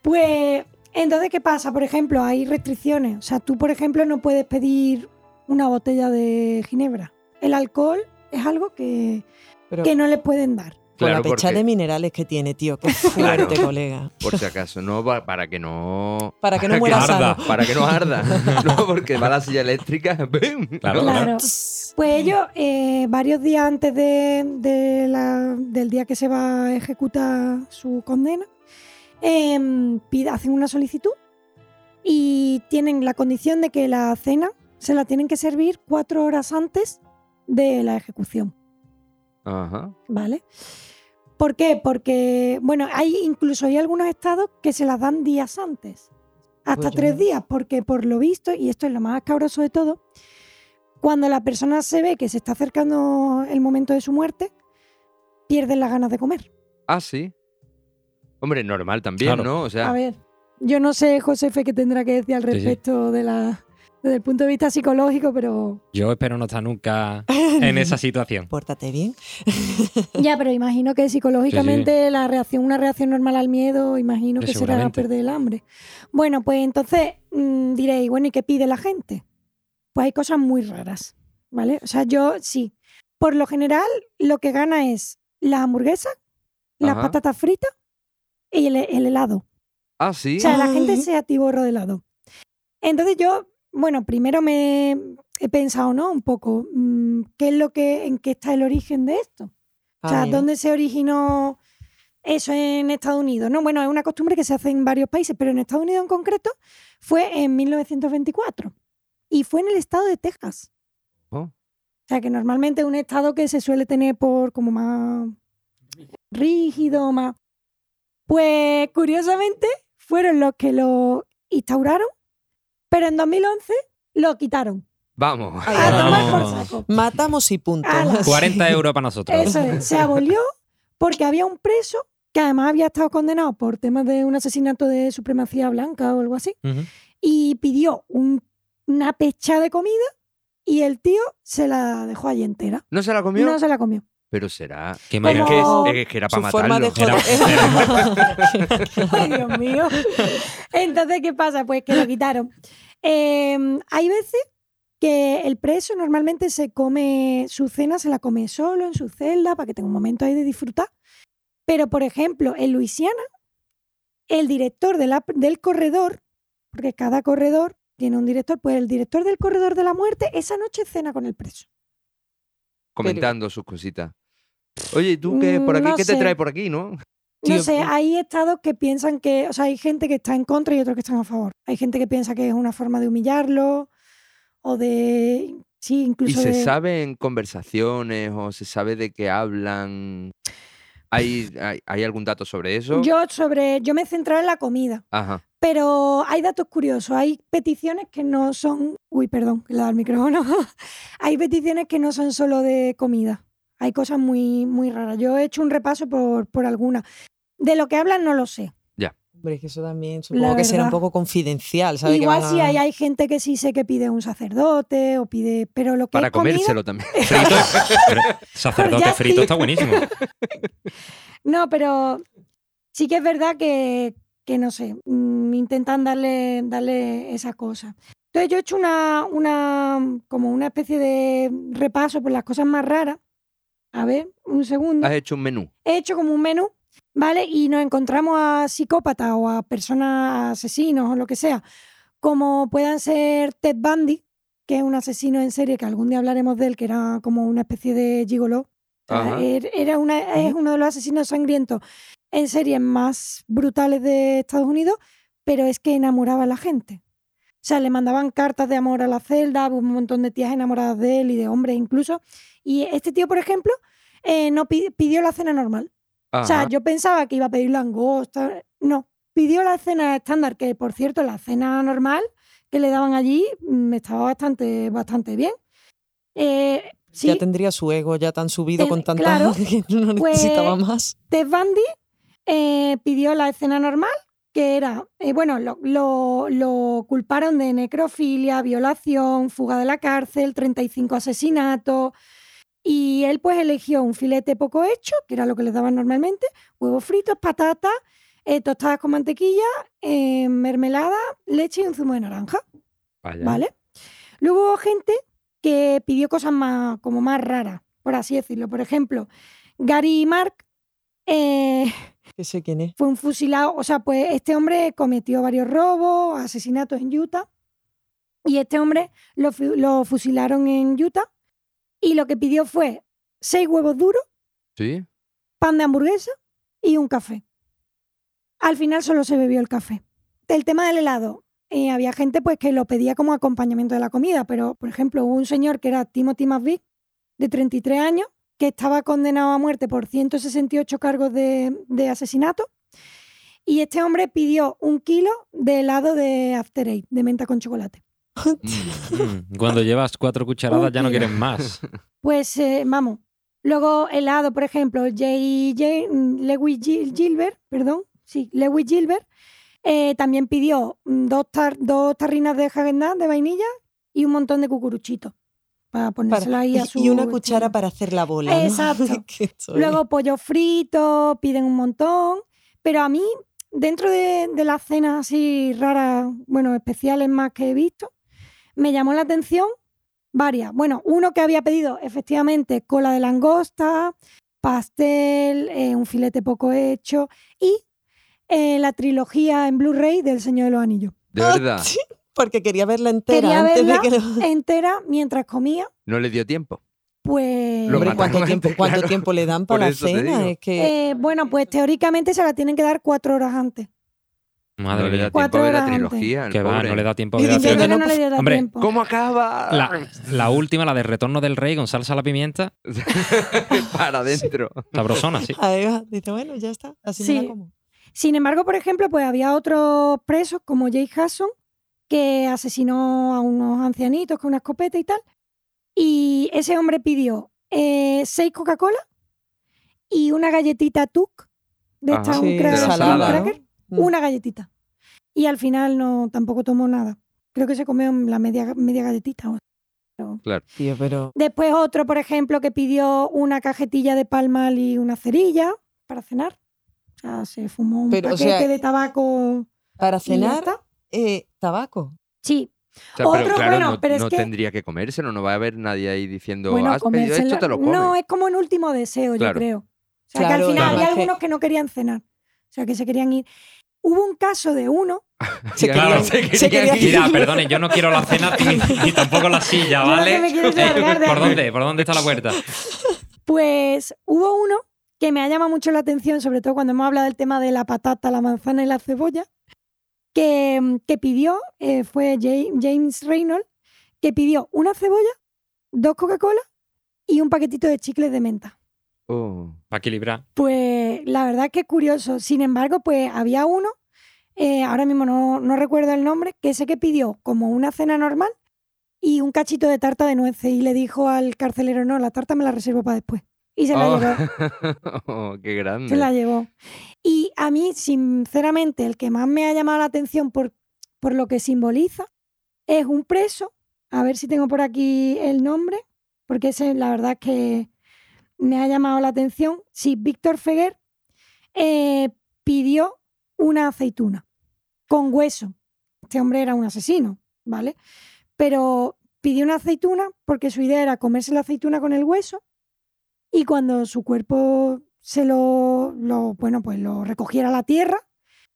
Speaker 4: Pues, entonces, ¿qué pasa? Por ejemplo, hay restricciones. O sea, tú, por ejemplo, no puedes pedir una botella de ginebra. el alcohol es algo que,
Speaker 3: Pero
Speaker 4: que no le pueden dar.
Speaker 3: con la
Speaker 1: Claro,
Speaker 3: pecha
Speaker 1: porque-
Speaker 3: de minerales que tiene, tío. Qué fuerte,
Speaker 1: Claro.
Speaker 3: colega.
Speaker 1: Por si acaso, no va- para que no.
Speaker 3: Para que no muera
Speaker 2: arda.
Speaker 3: sano.
Speaker 1: Para que no arda. no, porque va la silla eléctrica. ¡bum! ¿no?
Speaker 2: Claro,
Speaker 4: Claro.
Speaker 3: Tss.
Speaker 4: Pues ellos, eh, varios días antes de, de la- del día que se va a ejecutar su condena, em, pide- hacen una solicitud y tienen la condición de que la cena se la tienen que servir cuatro horas antes de la ejecución,
Speaker 1: Ajá.
Speaker 4: ¿vale? ¿Por qué? Porque, bueno, hay incluso hay algunos estados que se las dan días antes, hasta
Speaker 3: Bueno.
Speaker 4: tres días, porque por lo visto, y esto es lo más cabroso de todo, cuando la persona se ve que se está acercando el momento de su muerte, pierden las ganas de comer.
Speaker 1: Ah, sí. Hombre, normal también,
Speaker 2: Claro.
Speaker 1: ¿no? O
Speaker 4: A
Speaker 1: sea,
Speaker 4: ver, yo no sé, Josefe, qué tendrá que decir al
Speaker 2: Sí, sí.
Speaker 4: respecto de la, desde el punto de vista psicológico, pero
Speaker 2: Yo espero no estar nunca en esa situación.
Speaker 3: Pórtate bien.
Speaker 4: ya, pero imagino que psicológicamente la reacción, una reacción normal al miedo, imagino
Speaker 2: Sí,
Speaker 4: que será
Speaker 2: seguramente.
Speaker 4: perder el hambre. Bueno, pues entonces mm, diréis, bueno, ¿y qué pide la gente? Pues hay cosas muy raras, ¿vale? O sea, yo sí. Por lo general, lo que gana es la hamburguesa, las
Speaker 1: Ajá.
Speaker 4: patatas fritas y el- el helado.
Speaker 1: ah, sí.
Speaker 4: O sea, la gente
Speaker 3: Ay.
Speaker 4: se atiborró de lado. Entonces yo, bueno, primero me he pensado, ¿no? Un poco, mm, ¿qué es lo que, en qué está el origen de esto? O sea,
Speaker 3: Ah, mira.
Speaker 4: ¿dónde se originó eso en Estados Unidos? No, bueno, es una costumbre que se hace en varios países, pero en Estados Unidos en concreto fue en 1924 y fue en el estado de Texas.
Speaker 1: Oh.
Speaker 4: O sea, que normalmente es un estado que se suele tener por como más rígido, más... Pues curiosamente fueron los que lo instauraron, pero en 2011 lo quitaron.
Speaker 1: Vamos.
Speaker 3: Ay,
Speaker 4: A tomar Ah, por
Speaker 2: Vamos.
Speaker 4: saco.
Speaker 3: Matamos y punto.
Speaker 4: Ala.
Speaker 2: 40 euros para nosotros.
Speaker 4: Eso es, se abolió porque había un preso que además había estado condenado por temas de un asesinato de supremacía blanca o algo así
Speaker 2: Ujú.
Speaker 4: y pidió un- una pecha de comida y el tío se la dejó allí entera.
Speaker 1: ¿No se la comió?
Speaker 4: No se la comió.
Speaker 1: Pero será.
Speaker 2: Qué
Speaker 1: Es
Speaker 4: Como-
Speaker 2: manera.
Speaker 1: que, es- es que era
Speaker 3: Su
Speaker 1: para matarlo.
Speaker 3: forma de
Speaker 2: Era-
Speaker 3: joder.
Speaker 4: Ay, Dios mío. Entonces, ¿qué pasa? Pues que lo quitaron. Eh, hay veces que el preso normalmente se come su cena, se la come solo en su celda para que tenga un momento ahí de disfrutar. Pero, por ejemplo, en Luisiana, el director de la- del corredor, porque cada corredor tiene un director, pues el director del corredor de la muerte esa noche cena con el preso.
Speaker 1: Comentando sus cositas. Oye, ¿y tú qué? ¿Por aquí?
Speaker 4: No
Speaker 1: ¿Qué te
Speaker 4: sé.
Speaker 1: trae por aquí, no?
Speaker 4: No
Speaker 3: Tío,
Speaker 4: sé,
Speaker 3: pero-
Speaker 4: hay estados que piensan que, o sea, hay gente que está en contra y otros que están a favor. Hay gente que piensa que es una forma de humillarlo o de, sí,
Speaker 1: ¿Y
Speaker 4: incluso
Speaker 1: se
Speaker 4: de-
Speaker 1: sabe en conversaciones o se sabe de qué hablan? ¿Hay, hay, hay algún dato sobre eso?
Speaker 4: Yo sobre, yo me he centrado en la comida,
Speaker 1: Ajá.
Speaker 4: pero hay datos curiosos. Hay peticiones que no son, uy, perdón, que le he dado el micrófono. hay peticiones que no son solo de comida. Hay cosas muy, muy raras. Yo he hecho un repaso por, por algunas. De lo que hablan no lo sé.
Speaker 3: Hombre, es que eso también supongo
Speaker 4: La
Speaker 3: que será un
Speaker 4: verdad.
Speaker 3: poco confidencial, ¿sabes?
Speaker 4: Igual sí hay, hay gente que sí sé que pide un sacerdote o pide, pero lo que
Speaker 1: Para
Speaker 4: es comida,
Speaker 1: comérselo también.
Speaker 2: Frito, pero sacerdote
Speaker 4: Ya
Speaker 2: frito
Speaker 4: sí.
Speaker 2: está buenísimo.
Speaker 4: No, pero sí que es verdad que, que no sé, mm, intentan darle, darle esa cosa. Entonces yo he hecho una, una, como una especie de repaso por las cosas más raras. A ver, un segundo.
Speaker 1: Has hecho un menú.
Speaker 4: He hecho como un menú, ¿vale? Y nos encontramos a psicópatas o a personas asesinos o lo que sea, como puedan ser Ted Bundy, que es un asesino en serie que algún día hablaremos de él, que era como una especie de gigoló. O sea,
Speaker 1: Ajá.
Speaker 4: er- Era una, es uno de los asesinos sangrientos en series más brutales de Estados Unidos, pero es que enamoraba a la gente. O sea, le mandaban cartas de amor a la celda, hubo un montón de tías enamoradas de él y de hombres incluso. Y este tío, por ejemplo, eh, no pi- pidió la cena normal. O sea,
Speaker 1: Ajá.
Speaker 4: yo pensaba que iba a pedir langosta. No, pidió la cena estándar, que por cierto, la cena normal que le daban allí mm, estaba bastante, bastante bien. Eh, sí,
Speaker 3: Ya tendría su ego ya tan subido
Speaker 4: Ten-
Speaker 3: con tanta
Speaker 4: claro,
Speaker 3: que no
Speaker 4: pues-
Speaker 3: necesitaba más.
Speaker 4: Ted Bundy eh, pidió la escena normal, que era, eh, bueno, lo, lo- lo culparon de necrofilia, violación, fuga de la cárcel, 35 asesinatos. Y él pues eligió un filete poco hecho, que era lo que les daban normalmente, huevos fritos, patatas, eh, tostadas con mantequilla, eh, mermelada, leche y un zumo de naranja.
Speaker 1: Vaya.
Speaker 4: ¿Vale? Luego hubo gente que pidió cosas más, como más raras, por así decirlo. Por ejemplo, Gary Mark eh,
Speaker 3: Que sé quién es.
Speaker 4: fue un fusilado, o sea, pues este hombre cometió varios robos, asesinatos en Utah, y este hombre lo, fu- lo fusilaron en Utah, y lo que pidió fue seis huevos duros,
Speaker 1: Sí.
Speaker 4: pan de hamburguesa y un café. Al final solo se bebió el café. El tema del helado. eh, había gente pues que lo pedía como acompañamiento de la comida, pero por ejemplo hubo un señor que era Timothy McVeigh, de 33 años, que estaba condenado a muerte por 168 cargos de, de asesinato. Y este hombre pidió un kilo de helado de After Eight, de menta con chocolate.
Speaker 2: Mm, Cuando llevas cuatro cucharadas ya no quieres más.
Speaker 4: Pues eh, vamos. Luego helado, por ejemplo, J. J- mm, Lewis Gil- Gilbert, perdón, sí, Lewis Gilbert, eh, también pidió mm, dos, tar- dos tarrinas de Häagen-Dazs de vainilla y un montón de cucuruchitos para
Speaker 3: Para-
Speaker 4: ponérselo ahí
Speaker 3: y,
Speaker 4: a su...
Speaker 3: y una cuchara para hacer la bola. ¿no?
Speaker 4: Exacto.
Speaker 3: Que estoy-
Speaker 4: Luego pollo frito, piden un montón, pero a mí, dentro de, de las cenas así raras, bueno, especiales más que he visto, me llamó la atención varias. Bueno, uno que había pedido efectivamente cola de langosta, pastel, eh, un filete poco hecho y eh, la trilogía en Blu-ray del Señor de los Anillos.
Speaker 1: De verdad.
Speaker 3: Sí, Porque quería verla entera
Speaker 4: Quería
Speaker 3: antes de
Speaker 4: verla.
Speaker 3: que lo-
Speaker 4: Entera mientras comía,
Speaker 1: No le dio tiempo.
Speaker 4: pues...
Speaker 1: Lo
Speaker 3: Hombre,
Speaker 1: mataron
Speaker 3: ¿cuánto,
Speaker 1: antes,
Speaker 3: tiempo, cuánto
Speaker 1: claro.
Speaker 3: tiempo le dan
Speaker 1: Por
Speaker 3: para la
Speaker 1: eso te
Speaker 3: cena?
Speaker 1: digo.
Speaker 3: Es que
Speaker 4: eh, bueno, pues teóricamente se la tienen que dar cuatro horas antes.
Speaker 1: no le
Speaker 2: Madre
Speaker 1: da
Speaker 2: mía.
Speaker 1: tiempo
Speaker 4: Cuatro
Speaker 1: a ver la
Speaker 4: horas antes.
Speaker 1: trilogía. el
Speaker 2: Que va,
Speaker 1: pobre.
Speaker 2: no le da tiempo a
Speaker 3: Y
Speaker 2: ver la
Speaker 3: diciendo
Speaker 2: tele.
Speaker 4: Diciendo que no
Speaker 3: no,
Speaker 4: le da
Speaker 2: hombre,
Speaker 4: tiempo.
Speaker 1: ¿Cómo acaba?
Speaker 2: La, la última, la de Retorno del Rey con salsa a la pimienta,
Speaker 1: Para adentro.
Speaker 2: sabrosona, sí.
Speaker 3: ahí va, dice, bueno, ya está, así me
Speaker 4: Sí.
Speaker 3: la como.
Speaker 4: Sin embargo, por ejemplo, pues había otros presos como Jay Hudson, que asesinó a unos ancianitos con una escopeta y tal. Y ese hombre pidió eh, seis Coca-Cola y una galletita Tuk, de
Speaker 1: Ajá.
Speaker 4: esta
Speaker 1: Sí,
Speaker 4: un,
Speaker 1: de
Speaker 4: crack-
Speaker 1: la
Speaker 4: un
Speaker 1: salada, ¿no? Mm.
Speaker 4: cracker, Mm. una galletita. Y al final no tampoco tomó nada. Creo que se comió la media, media galletita. o-
Speaker 3: Tío, pero
Speaker 4: Después otro, por ejemplo, que pidió una cajetilla de palmal y una cerilla para cenar. O sea, se fumó un
Speaker 3: Pero, o
Speaker 4: paquete
Speaker 3: sea,
Speaker 4: de tabaco.
Speaker 3: para
Speaker 4: y ya
Speaker 3: cenar,
Speaker 4: está.
Speaker 3: eh, tabaco.
Speaker 4: Sí,
Speaker 1: O sea, pero
Speaker 4: Otro,
Speaker 1: claro,
Speaker 4: bueno,
Speaker 1: no,
Speaker 4: pero es
Speaker 1: no
Speaker 4: que-
Speaker 1: tendría que comérselo, no va a haber nadie ahí diciendo,
Speaker 4: bueno,
Speaker 1: has pedido esto,
Speaker 4: comérsela-
Speaker 1: te lo comes.
Speaker 4: No, es como en último deseo,
Speaker 1: Claro.
Speaker 4: yo creo. O sea, que
Speaker 3: Claro,
Speaker 4: al final
Speaker 1: claro.
Speaker 4: había
Speaker 3: Es que-
Speaker 4: algunos que no querían cenar. O sea, que se querían ir. Hubo un caso de uno.
Speaker 3: Se
Speaker 2: Claro,
Speaker 3: querían-
Speaker 1: se
Speaker 3: se
Speaker 1: querían
Speaker 3: querían-
Speaker 1: ir.
Speaker 2: Mira, perdone, yo no quiero la cena ni, ni tampoco la silla,
Speaker 4: Yo no
Speaker 2: ¿vale?
Speaker 4: sé, me quieres
Speaker 2: Eh,
Speaker 4: largar de
Speaker 2: ¿Por
Speaker 4: aquí.
Speaker 2: dónde? ¿Por dónde está la puerta?
Speaker 4: Pues hubo uno que me ha llamado mucho la atención, sobre todo cuando hemos hablado del tema de la patata, la manzana y la cebolla, que, mm, que pidió, eh, fue Ja- James Reynolds, que pidió una cebolla, dos Coca-Cola y un paquetito de chicles de menta.
Speaker 1: Oh.
Speaker 2: Para equilibrar.
Speaker 4: Pues la verdad es que es curioso. Sin embargo, pues había uno, eh, ahora mismo no, no recuerdo el nombre, que sé que pidió como una cena normal y un cachito de tarta de nueces y le dijo al carcelero, no, la tarta me la reservo para después. Y se la
Speaker 1: Oh.
Speaker 4: llevó.
Speaker 1: Oh, qué grande.
Speaker 4: Se la llevó. Y a mí, sinceramente, el que más me ha llamado la atención por, por lo que simboliza es un preso. A ver si tengo por aquí el nombre, porque ese, la verdad es que me ha llamado la atención. Sí, Víctor Feguer eh, pidió una aceituna con hueso. Este hombre era un asesino, ¿vale? Pero pidió una aceituna porque su idea era comerse la aceituna con el hueso y cuando su cuerpo se lo, lo- bueno pues lo recogiera a la tierra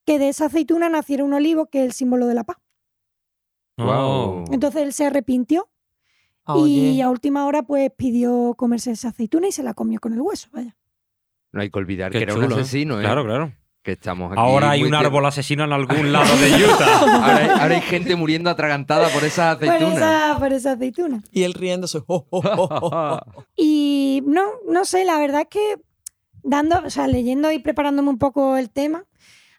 Speaker 4: que de esa aceituna naciera un olivo que es el símbolo de la paz
Speaker 2: Oh.
Speaker 1: Guau.
Speaker 4: entonces él se arrepintió
Speaker 3: Oh. Ah,
Speaker 4: y
Speaker 3: Oye,
Speaker 4: a última hora pues pidió comerse esa aceituna y se la comió con el hueso vaya
Speaker 1: No hay que olvidar
Speaker 2: Qué
Speaker 1: que era un
Speaker 2: chulo, ¿eh?
Speaker 1: asesino, ¿eh?
Speaker 2: Claro, claro.
Speaker 1: Que estamos aquí
Speaker 2: Ahora hay
Speaker 1: muy
Speaker 2: un
Speaker 1: bien.
Speaker 2: árbol asesino en algún lado de Utah.
Speaker 1: Ahora hay, ahora hay gente muriendo atragantada por esas
Speaker 4: por
Speaker 1: aceitunas.
Speaker 4: esa, por esa aceituna
Speaker 3: y él riéndose. Oh, "Jo, jo, jo, jo, jo".
Speaker 4: Y no, no sé, la verdad es que dando, o sea, leyendo y preparándome un poco el tema,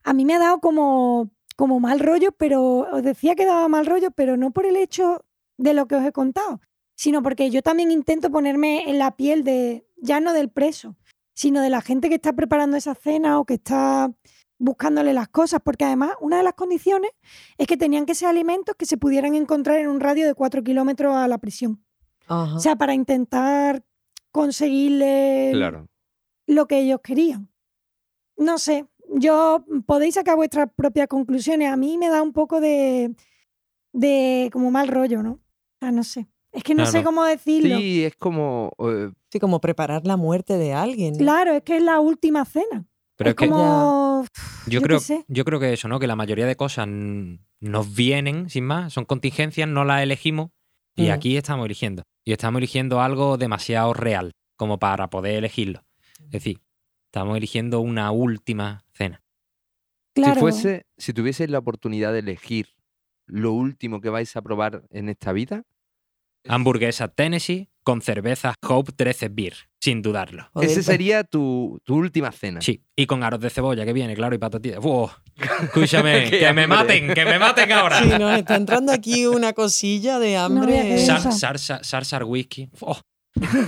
Speaker 4: a mí me ha dado como, como mal rollo, pero os decía que daba mal rollo, pero no por el hecho de lo que os he contado, sino porque yo también intento ponerme en la piel de, ya no del preso, sino de la gente que está preparando esa cena o que está buscándole las cosas, porque además una de las condiciones es que tenían que ser alimentos que se pudieran encontrar en un radio de 4 kilómetros a la prisión.
Speaker 3: Ajá.
Speaker 4: O sea, para intentar conseguirle
Speaker 1: Claro.
Speaker 4: lo que ellos querían. No sé, yo mm, podéis sacar vuestras propias conclusiones. A mí me da un poco de, de como mal rollo, ¿no? Ah, no sé. Es que no
Speaker 2: Claro.
Speaker 4: sé cómo decirlo.
Speaker 1: Sí, es como. eh,
Speaker 3: Sí, como preparar la muerte de alguien. ¿no?
Speaker 4: Claro, es que es la última cena.
Speaker 2: Pero
Speaker 4: es
Speaker 2: es que
Speaker 4: como.
Speaker 2: yo,
Speaker 4: yo qué
Speaker 2: creo,
Speaker 4: sé.
Speaker 2: yo creo que eso, ¿no? Que la mayoría de cosas mm, nos vienen, sin más, son contingencias, no las elegimos y
Speaker 3: Mm.
Speaker 2: aquí estamos eligiendo. Y estamos eligiendo algo demasiado real como para poder elegirlo. Es decir, estamos eligiendo una última cena.
Speaker 4: Claro.
Speaker 1: Si fuese, si tuvieseis la oportunidad de elegir lo último que vais a probar en esta vida,
Speaker 2: Hamburguesa Tennessee con cerveza Hope 13 Beer, sin dudarlo.
Speaker 3: Joder,
Speaker 1: ese
Speaker 3: pues,
Speaker 1: sería tu, tu última cena.
Speaker 2: Sí, y con aros de cebolla que viene, claro, y patatillas. ¡Wow! Escúchame,
Speaker 1: Qué
Speaker 2: que me
Speaker 1: hambre.
Speaker 2: maten, que me maten ahora.
Speaker 3: Sí, nos está entrando aquí una cosilla de hambre.
Speaker 4: había
Speaker 2: Sar-
Speaker 4: pensado.
Speaker 2: sarsa- Sarsar whisky. ¡Oh!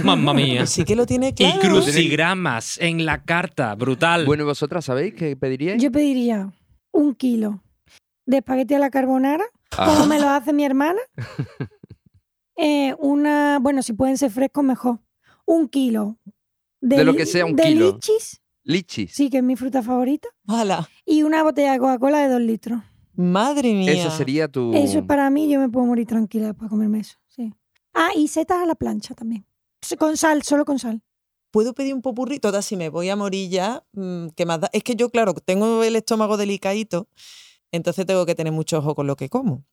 Speaker 2: ¡Mamma mía!
Speaker 3: Pues sí que lo tiene
Speaker 2: Y
Speaker 3: claro.
Speaker 2: crucigramas en la carta, brutal.
Speaker 1: Bueno, ¿y vosotras sabéis qué pediríais?
Speaker 4: Yo pediría un kilo de espagueti a la carbonara,
Speaker 1: Ah.
Speaker 4: como me lo hace mi hermana. Eh, una, bueno, si pueden ser frescos, mejor. Un kilo.
Speaker 1: De lo
Speaker 4: li-
Speaker 1: que sea un
Speaker 4: de
Speaker 1: kilo.
Speaker 4: lichis,
Speaker 1: Lichis.
Speaker 4: sí, que es mi fruta favorita.
Speaker 3: Ala,
Speaker 4: Y una botella de Coca-Cola de dos litros.
Speaker 3: madre mía.
Speaker 1: Eso sería tu.
Speaker 4: Eso es para mí, yo me puedo morir tranquila para comerme eso. Sí. Ah, y setas a la plancha también. S- Con sal, solo con sal.
Speaker 3: ¿Puedo pedir un popurrí? Toda, si me voy a morir ya, mm, ¿qué más da? Es que yo, claro, tengo el estómago delicadito, entonces tengo que tener mucho ojo con lo que como.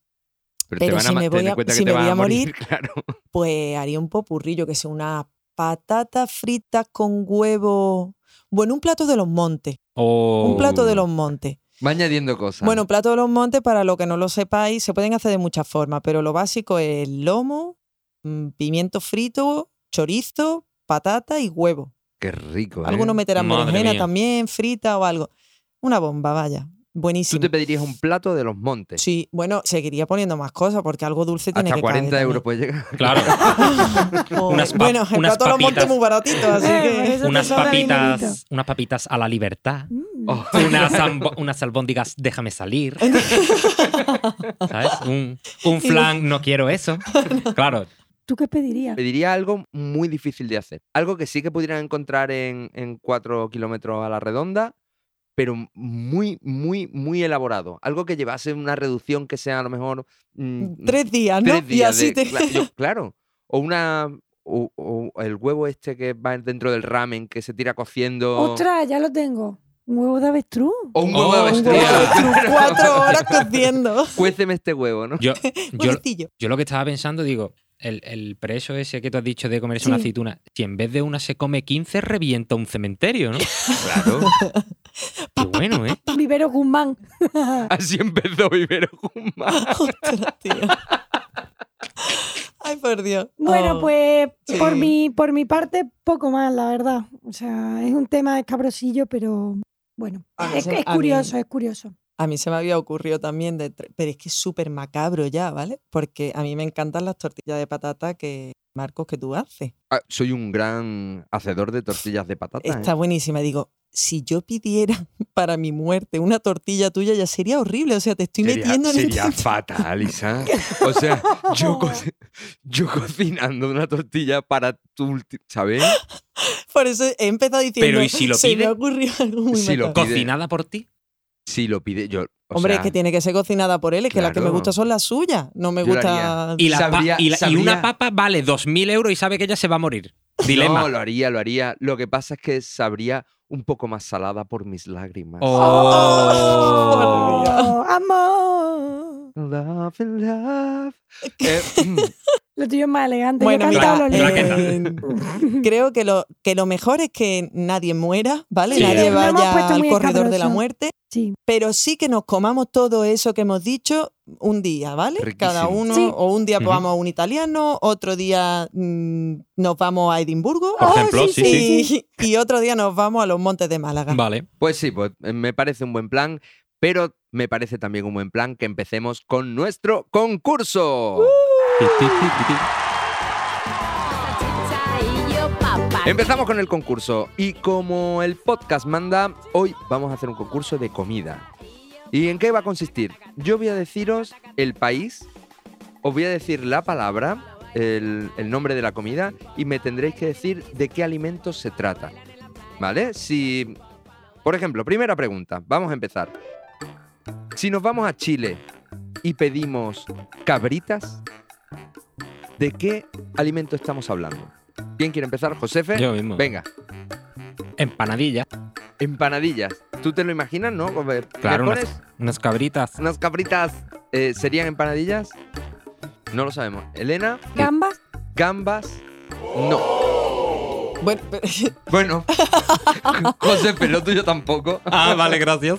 Speaker 1: Pero,
Speaker 3: pero
Speaker 1: te van
Speaker 3: si
Speaker 1: a, ma-
Speaker 3: me
Speaker 1: ten
Speaker 3: voy
Speaker 1: en
Speaker 3: a-
Speaker 1: cuenta que
Speaker 3: si
Speaker 1: te
Speaker 3: me
Speaker 1: van
Speaker 3: voy
Speaker 1: a
Speaker 3: a
Speaker 1: morir,
Speaker 3: morir,
Speaker 1: claro.
Speaker 3: Pues haría un popurrí, yo que sé, una patata frita con huevo. Bueno, un plato de los montes.
Speaker 2: Oh.
Speaker 3: Un plato de los montes.
Speaker 1: Va añadiendo cosas.
Speaker 3: Bueno, plato de los montes, para lo que no lo sepáis, se pueden hacer de muchas formas, pero lo básico es lomo, mm, pimiento frito, chorizo, patata y huevo.
Speaker 1: qué rico. ¿eh?
Speaker 3: Algunos meterán
Speaker 2: Madre
Speaker 3: berenjena
Speaker 2: mía.
Speaker 3: también, frita o algo. Una bomba, vaya.
Speaker 1: Tú
Speaker 3: Buenísimo.
Speaker 1: te pedirías un plato de los montes.
Speaker 3: Sí, bueno, seguiría poniendo más cosas porque algo dulce tiene
Speaker 1: Hasta
Speaker 3: que caer
Speaker 1: 40
Speaker 3: también.
Speaker 1: euros puede llegar.
Speaker 2: Claro,
Speaker 3: O-
Speaker 2: Unas pa-
Speaker 3: bueno, el
Speaker 2: unas
Speaker 3: plato de los
Speaker 2: papitas.
Speaker 3: montes es muy baratito, así
Speaker 4: Eh,
Speaker 3: que...
Speaker 4: por eso te
Speaker 2: unas
Speaker 4: sobra
Speaker 2: papitas,
Speaker 4: dinerito.
Speaker 2: unas papitas a la libertad,
Speaker 4: Mm.
Speaker 1: Oh,
Speaker 2: unas, ambo- unas albóndigas, déjame salir. ¿Sabes? Un, un flan, no quiero eso. Claro,
Speaker 4: ¿Tú qué pedirías?
Speaker 1: pediría algo muy difícil de hacer. Algo que sí que pudieran encontrar en, en 4 kilómetros a la redonda, pero muy, muy, muy elaborado. Algo que llevase una reducción que sea a lo mejor. mm,
Speaker 3: Tres días, ¿no?
Speaker 1: tres
Speaker 3: y
Speaker 1: días
Speaker 3: así
Speaker 1: de-
Speaker 3: te...
Speaker 1: cla- yo- claro. O una. O, o el huevo este que va dentro del ramen que se tira cociendo.
Speaker 4: Ostras, ya lo tengo. Un huevo de avestruz.
Speaker 1: O un huevo de
Speaker 2: Oh, un
Speaker 1: avestruz.
Speaker 2: huevo de
Speaker 3: Cuatro horas cociendo.
Speaker 1: Cuéceme este huevo, ¿no?
Speaker 2: yo,
Speaker 3: Pues
Speaker 2: yo,
Speaker 3: Pobrecillo.
Speaker 2: yo lo que estaba pensando, digo, el, el preso ese que tú has dicho de comerse una
Speaker 4: Sí.
Speaker 2: aceituna, si en vez de una se come 15, revienta un cementerio, ¿no?
Speaker 1: Claro.
Speaker 2: Qué bueno, ¿eh?
Speaker 4: Vivero Guzmán.
Speaker 1: Así empezó Vivero Guzmán.
Speaker 3: Ostras, tío. Ay, por Dios.
Speaker 4: Bueno,
Speaker 3: Oh.
Speaker 4: pues por,
Speaker 3: sí.
Speaker 4: mi, por mi parte, poco más, la verdad. O sea, es un tema escabrosillo, pero bueno,
Speaker 3: A mí
Speaker 4: es,
Speaker 3: se-
Speaker 4: es
Speaker 3: Ah, a mí-
Speaker 4: curioso, es curioso.
Speaker 3: A mí se me había ocurrido también, de, tre- pero es que es súper macabro ya, ¿vale? Porque a mí me encantan las tortillas de patata que, Marcos, que tú haces.
Speaker 1: Ah, soy un gran hacedor de tortillas de patata. ¿eh?
Speaker 3: Está buenísima. Digo, si yo pidiera para mi muerte una tortilla tuya, ya sería horrible. O sea, te estoy
Speaker 1: Sería,
Speaker 3: metiendo en este el
Speaker 1: sería
Speaker 3: tanto-
Speaker 1: fatal, Isa. O sea, yo, co- yo cocinando una tortilla para tu ulti- ¿Sabes?
Speaker 3: Por eso he empezado diciendo.
Speaker 2: Pero, ¿y si lo
Speaker 3: se me
Speaker 2: pide?
Speaker 3: ha ocurrido algo muy
Speaker 1: Si lo
Speaker 3: macabro".
Speaker 1: pide.
Speaker 2: Cocinada por ti.
Speaker 1: Si lo pide yo. o
Speaker 3: Hombre,
Speaker 1: sea,
Speaker 3: es que tiene que ser cocinada por él. Es que las que me
Speaker 1: claro.
Speaker 3: gustan son las suyas. No me
Speaker 1: Yo lo haría.
Speaker 3: gusta.
Speaker 2: Y, la pa-
Speaker 1: Sabría-
Speaker 2: y la- y
Speaker 1: sabría-
Speaker 2: una papa vale 2.000 euros y sabe que ella se va a morir. Dilema.
Speaker 1: No, lo haría, lo haría. Lo que pasa es que sabría un poco más salada por mis lágrimas.
Speaker 2: Oh.
Speaker 4: Oh, amor.
Speaker 1: Love and love. Eh, mm,
Speaker 4: Lo tuyo es más elegante.
Speaker 3: Bueno,
Speaker 4: Yo he
Speaker 3: mira,
Speaker 4: cantado los
Speaker 2: mira que
Speaker 4: libros.
Speaker 3: eh, creo que lo, que lo mejor es que nadie muera, ¿vale?
Speaker 2: Sí.
Speaker 3: Nadie
Speaker 2: Sí,
Speaker 4: lo hemos
Speaker 3: vaya
Speaker 4: puesto
Speaker 3: al
Speaker 4: muy
Speaker 3: corredor de la
Speaker 4: escabroso.
Speaker 3: muerte,
Speaker 4: Sí.
Speaker 3: pero sí que nos comamos todo eso que hemos dicho un día, ¿vale? Cada
Speaker 1: Riquísimo.
Speaker 3: uno,
Speaker 4: Sí.
Speaker 3: o un día pues,
Speaker 2: Ujú.
Speaker 3: vamos a un italiano, otro día mm, nos vamos a Edimburgo
Speaker 2: Por
Speaker 1: Ah,
Speaker 4: Oh,
Speaker 2: ejemplo, sí, sí.
Speaker 3: y, y otro día nos vamos a los montes de Málaga.
Speaker 2: Vale.
Speaker 1: Pues sí, pues eh, me parece un buen plan, pero me parece también un buen plan que empecemos con nuestro concurso. Empezamos con el concurso y como el podcast manda, hoy vamos a hacer un concurso de comida. ¿Y en qué va a consistir? Yo voy a deciros el país, os voy a decir la palabra, el, el nombre de la comida y me tendréis que decir de qué alimento se trata. ¿Vale? Si, por ejemplo, primera pregunta, vamos a empezar. Si nos vamos a Chile y pedimos cabritas, ¿De qué alimento estamos hablando? ¿Quién quiere empezar? Josefe.
Speaker 2: Yo mismo.
Speaker 1: Venga,
Speaker 2: Empanadillas.
Speaker 1: empanadillas. ¿Tú te lo imaginas, no? Como, eh,
Speaker 2: Claro,
Speaker 1: ¿me pones
Speaker 2: unas, unas cabritas.
Speaker 1: unas cabritas eh, serían empanadillas? No lo sabemos. Elena,
Speaker 4: Gambas,
Speaker 1: gambas, no.
Speaker 3: Bueno, pero-
Speaker 1: Bueno, Josefe, lo tuyo tampoco.
Speaker 2: Ah, vale, gracias.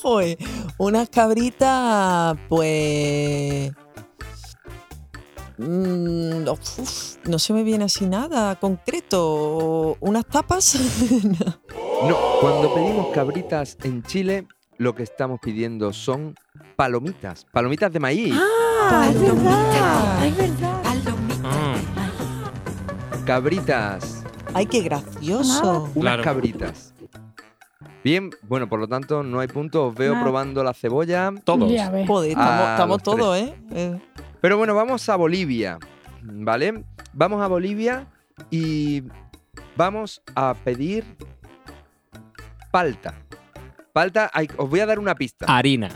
Speaker 3: joder, unas cabritas, pues. mm, uf, no se me viene así nada concreto. ¿Unas tapas? No.
Speaker 1: No, cuando pedimos cabritas en Chile, lo que estamos pidiendo son palomitas. Palomitas de maíz.
Speaker 4: Ah, es
Speaker 6: Palomita.
Speaker 4: verdad, es verdad.
Speaker 6: Palomita.
Speaker 2: Ah.
Speaker 1: Cabritas.
Speaker 3: Ay, qué gracioso.
Speaker 1: Unas
Speaker 2: Claro.
Speaker 1: cabritas. Bien, bueno, por lo tanto, no hay punto. Os veo
Speaker 4: Nada.
Speaker 1: probando la cebolla.
Speaker 2: Todos.
Speaker 4: Ya ves.
Speaker 3: Joder, estamos,
Speaker 1: Ah,
Speaker 3: estamos
Speaker 1: los tres.
Speaker 3: todos, ¿eh? Eh,
Speaker 1: Pero bueno, vamos a Bolivia, ¿vale? Vamos a Bolivia y vamos a pedir palta. Palta, hay- os voy a dar una pista.
Speaker 2: Harina.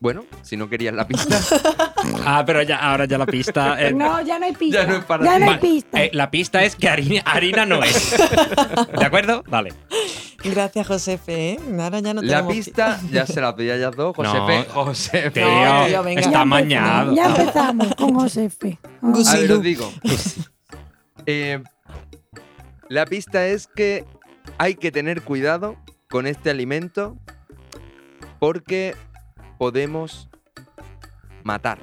Speaker 1: Bueno, si no querías la pista,
Speaker 2: Ah, pero ya, ahora ya la pista. eh,
Speaker 4: No, ya no hay pista.
Speaker 1: ya no es para
Speaker 4: Ya no
Speaker 1: ti.
Speaker 4: hay pista.
Speaker 2: eh, la pista es que harina, harina no es. ¿De acuerdo? Vale.
Speaker 3: Gracias, Josefe. ¿eh? Ahora ya no
Speaker 1: la
Speaker 3: tenemos-
Speaker 1: pista ya se la pedí a ellas dos, Josefe.
Speaker 2: No,
Speaker 1: Josefe.
Speaker 2: Tío,
Speaker 3: No, tío, venga.
Speaker 4: Ya
Speaker 2: está
Speaker 4: empezamos,
Speaker 2: mañado.
Speaker 4: Ya empezamos con Josefe. Ah.
Speaker 3: Gus-
Speaker 1: A ver,
Speaker 3: Silú.
Speaker 1: os digo. Eh, la pista es que hay que tener cuidado con este alimento porque podemos matar.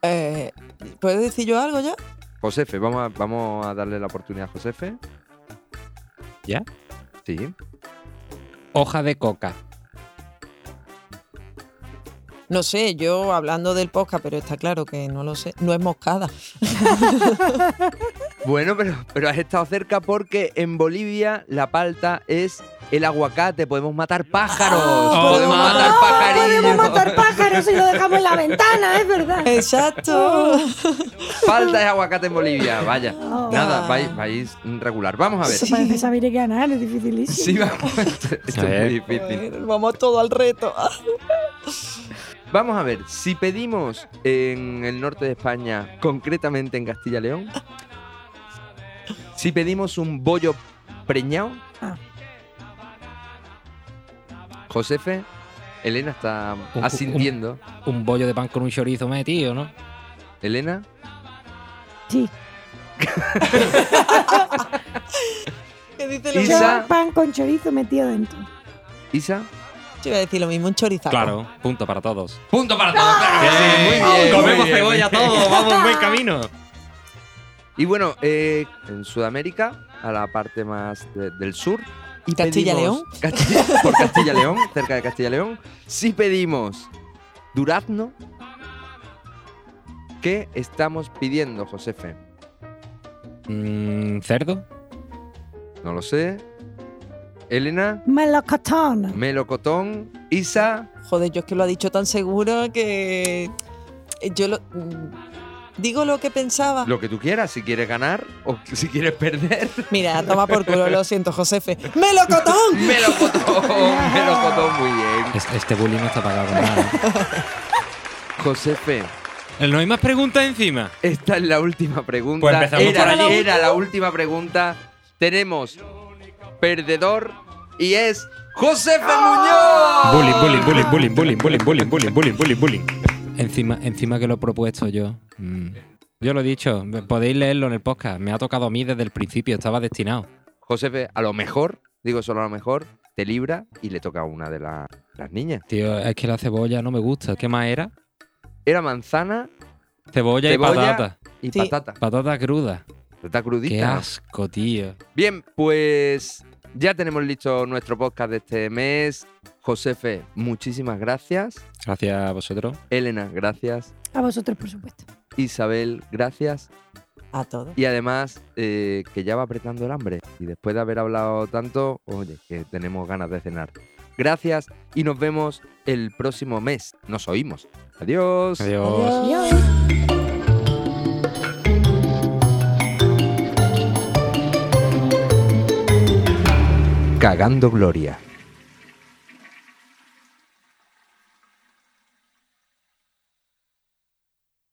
Speaker 3: Eh, ¿Puedo decir yo algo ya?
Speaker 1: Josefe, vamos a, vamos a darle la oportunidad a Josefe.
Speaker 2: ¿Ya?
Speaker 1: Sí.
Speaker 2: Hoja de coca.
Speaker 3: No sé, yo hablando del podcast, pero está claro que no lo sé. No es moscada.
Speaker 1: Bueno, pero, pero has estado cerca porque en Bolivia la palta es el aguacate. Podemos matar pájaros.
Speaker 2: Oh,
Speaker 1: podemos
Speaker 2: no,
Speaker 1: matar pajarillos.
Speaker 4: Podemos matar pájaros si lo dejamos en la ventana, es verdad.
Speaker 3: Exacto.
Speaker 1: Falta de aguacate en Bolivia, vaya.
Speaker 4: Oh.
Speaker 1: Nada, vais, vais regular. Vamos a ver.
Speaker 4: Eso
Speaker 3: Sí.
Speaker 4: parece saber y ganar, es dificilísimo.
Speaker 1: Sí, vamos. Esto, esto
Speaker 2: A ver.
Speaker 1: es muy difícil.
Speaker 3: Joder, Vamos todo al reto. Ah,
Speaker 1: Vamos a ver, si pedimos en el norte de España, concretamente en Castilla y León, si pedimos un bollo preñado.
Speaker 4: Ah.
Speaker 1: Josefe, Elena está
Speaker 2: Un-
Speaker 1: asintiendo.
Speaker 2: Un bollo de pan con un chorizo metido, ¿no?
Speaker 1: Elena,
Speaker 4: Sí.
Speaker 3: ¿Qué dice
Speaker 1: lo Isa.
Speaker 3: lo
Speaker 4: Yo
Speaker 1: mismo?
Speaker 3: mismo?
Speaker 4: pan con chorizo metido dentro.
Speaker 1: Isa.
Speaker 3: Yo iba a decir lo mismo, un chorizaco.
Speaker 2: Claro, punto para todos.
Speaker 1: Punto para todos, claro
Speaker 2: Eh, comemos cebolla todos, vamos en buen camino.
Speaker 1: Y bueno, eh, en Sudamérica, a la parte más de- del sur. Y
Speaker 3: ¿Castilla y
Speaker 1: pedimos- Castilla- por Castilla y León, cerca de Castilla y León. Sí pedimos durazno. ¿Qué estamos pidiendo, Josefe?
Speaker 2: Mm, ¿Cerdo?
Speaker 1: No lo sé. Elena,
Speaker 4: Melocotón.
Speaker 1: melocotón, Isa.
Speaker 3: Joder, yo es que lo ha dicho tan seguro que. eh, Yo lo. mm, Digo lo que pensaba.
Speaker 1: Lo que tú quieras, si quieres ganar o si quieres perder.
Speaker 3: Mira, toma por culo, lo siento, Josefe. ¡Melocotón!
Speaker 1: Melocotón, melocotón, muy bien.
Speaker 2: Es- Este bullying no está pagado con nada.
Speaker 1: Josefe,
Speaker 2: ¿eh? ¿No hay más preguntas encima?
Speaker 1: Esta es la última pregunta.
Speaker 2: Pues empezamos
Speaker 1: era,
Speaker 2: por allí.
Speaker 1: era la última pregunta. Tenemos perdedor y es Josefe Muñoz.
Speaker 2: Bullying, bullying, bullying, bullying, bullying, bullying, bullying, bullying, bullying, bullying, bullying. Encima, encima que lo he propuesto yo. Mm. Yo lo he dicho, podéis leerlo en el podcast. Me ha tocado a mí desde el principio, estaba destinado.
Speaker 1: Josefe, a lo mejor, digo solo a lo mejor, te libra y le toca a una de la- las niñas.
Speaker 2: Tío, es que la cebolla no me gusta. ¿Qué más era?
Speaker 1: Era manzana
Speaker 2: Cebolla,
Speaker 1: Cebolla.
Speaker 2: y patata.
Speaker 1: y
Speaker 3: Sí.
Speaker 1: patata.
Speaker 2: Patata cruda.
Speaker 1: Patata
Speaker 2: Qué
Speaker 1: crudita.
Speaker 2: asco, tío.
Speaker 1: Bien, pues ya tenemos listo nuestro podcast de este mes. Josefe, muchísimas gracias.
Speaker 2: Gracias a vosotros.
Speaker 1: Elena, gracias.
Speaker 4: A vosotros, por supuesto.
Speaker 1: Isabel, gracias.
Speaker 3: A todo.
Speaker 1: Y además, eh, que ya va apretando el hambre. Y después de haber hablado tanto, oye, que tenemos ganas de cenar. Gracias y nos vemos el próximo mes. Nos oímos. Adiós.
Speaker 2: Adiós.
Speaker 4: Adiós.
Speaker 1: Cagando Gloria.